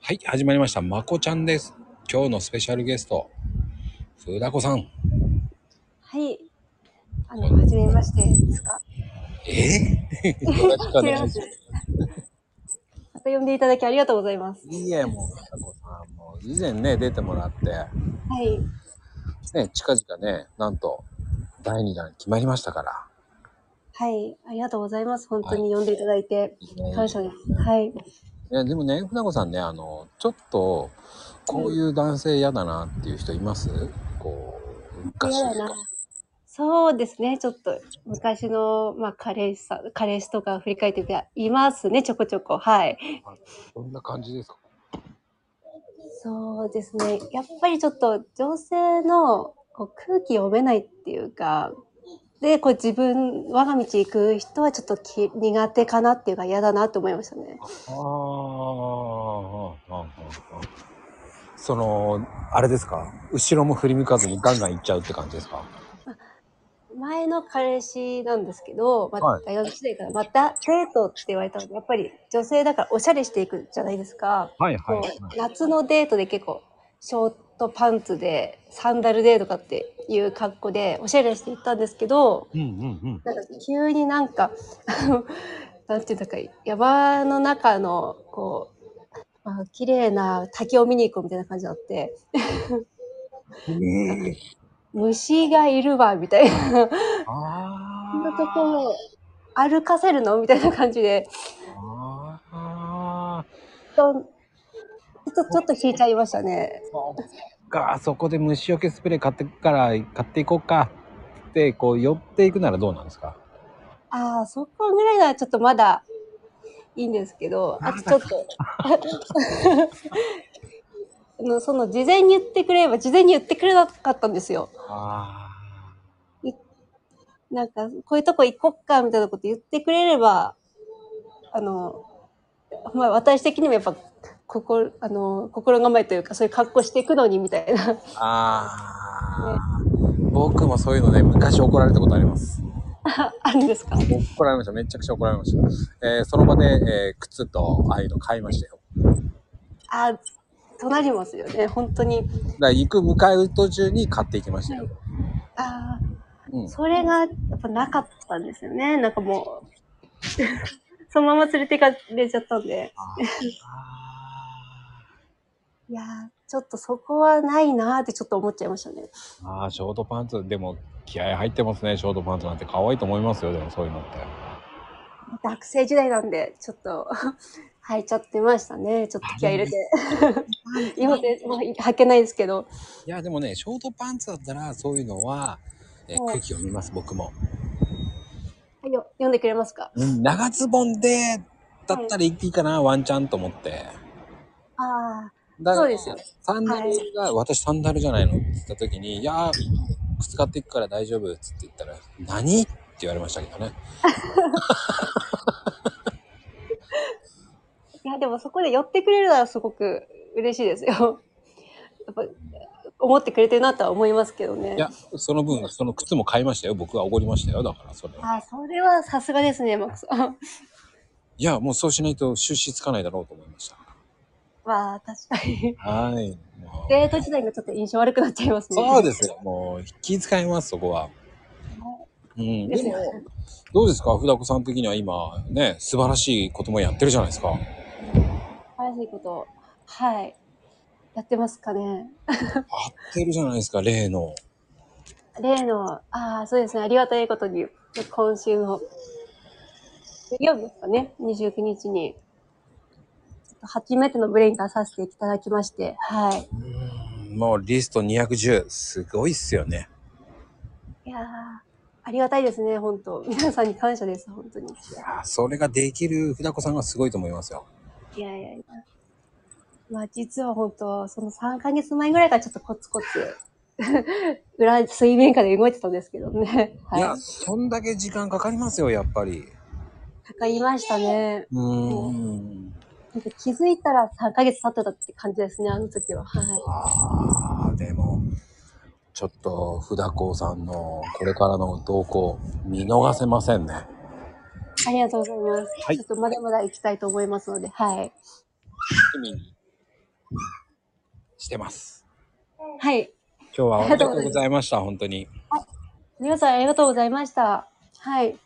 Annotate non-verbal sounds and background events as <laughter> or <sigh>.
はい、始まりました。まこちゃんです。今日のスペシャルゲスト、ふだこさん。はい。あの、はじめましてですかえ <laughs> よろしくお願いします。 <laughs> また呼んでいただきありがとうございます。。いいえ、もう、ふだこさん、もう以前ね、出てもらって、はいね、近々ね、なんと、第2弾決まりましたから。はい、ありがとうございます。本当に呼んでいただいて、はい、感謝です。はい。いやでもね、船子さんね、あの、ちょっと、こういう男性嫌だなっていう人います、うん、こう、昔そうですね、ちょっと、昔の、まあ、彼氏さん、彼氏とか振り返ってて、いますね、ちょこちょこ、はい。どんな感じですかそうですね、やっぱりちょっと、女性のこう空気読めないっていうか、で、こう自分、我が道行く人はちょっとき苦手かなっていうか嫌だなと思いましたね。ああ、その、あれですか後ろも振り向かずにガンガン行っちゃうって感じですか前の彼氏なんですけど、まあ、大学時代からまたデートって言われたので、やっぱり女性だからおしゃれしていくじゃないですか。はいはい、はい、夏のデートで結構、ショート、とパンツでサンダルでとかっていう格好でおしゃれしていったんですけど、うんうんうん、なんか急になんかあのなんていうんか山の中のこう、まあ綺麗な滝を見に行こうみたいな感じになって虫がいるわみたいなこんなとこ歩かせるのみたいな感じで。ちょちょっと引いちゃいましたね。そうか、そこで虫除けスプレー買ってくから買っていこうかってこう寄っていくならどうなんですかああ、そこぐらいならちょっとまだいいんですけど、あとちょっと。 <laughs> のその事前に言ってくれれば事前に言ってくれなかったんですよ。あなんかこういうとこ行こっかみたいなこと言ってくれればあの、まあ、私的にもやっぱ心あの心構えというかそういう格好していくのにみたいな <laughs> あ、ね、僕もそういうのね昔怒られたことありますああるんですか怒られましためちゃくちゃ怒られました、えー、その場で、えー、靴とああいうの買いましたよあ隣ますよね本当にだ行く向かう途中に買っていきましたよ、はい、ああ、うん、それがやっぱなかったんですよねなんかもう <laughs> そのまま連れていかれちゃったんでいやちょっとそこはないなーってちょっと思っちゃいましたね。ああ、ショートパンツ、でも気合入ってますね、ショートパンツなんて。可愛いと思いますよ、でもそういうのって。学生時代なんで、ちょっと <laughs> 履いちゃってましたね、ちょっと気合入れて。今で、まあ、履けないですけど。いや、でもね、ショートパンツだったら、そういうのは、え空気を見ます、僕も。はい、よ読んでくれますか、うん、長ズボンで、だったらいいかな、はい、ワンチャンと思って。ああ。そうですよ。サンダルが、はい、私サンダルじゃないのって言った時に、いや靴買っていくから大丈夫っつって言ったら、何って言われましたけどね。いや、でもそこで寄ってくれるならすごく嬉しいですよ。 <laughs> やっぱ、思ってくれてるなとは思いますけどね。いや、その分、その靴も買いましたよ。僕はおごりましたよ。だから、それは。あ、それはさすがですね、マックさん。いや、もうそうしないと出資つかないだろうと思いました。 <laughs> まあ、確かに。はい。デート時代がちょっと印象悪くなっちゃいますね。そうですよ。もう、気遣います、そこは。うん。でも、どうですか、ふだこさん的には今、ね、素晴らしいこともやってるじゃないですか。素晴らしいこと。はい。やってますかね。やってるじゃないですか、例の。例の、ああ、そうですね。ありがたいことに、今週の、水曜日ですかね、29日に。初めてのブレイン出させていただきまして、はい。もうリスト210、すごいっすよね。いやありがたいですね、本当皆さんに感謝です、本当に。いやそれができる船子さんがすごいと思いますよ。いやいやいや。まあ実は本当その3ヶ月前ぐらいからちょっとコツコツ裏、水面下で動いてたんですけどね。はい、いや、そんだけ時間かかりますよ、やっぱり。かかりましたね。うん。気づいたら3ヶ月経ってたって感じですね、あの時は。はい、ああ、でも、ちょっと、ふだこうさんのこれからの動向、見逃せませんね。ありがとうございます。はい、ちょっとまだまだ行きたいと思いますので、はい。見にしてます。はい。今日はあありりがとがとううごございました、本当に。皆さんありがとうございました。はい。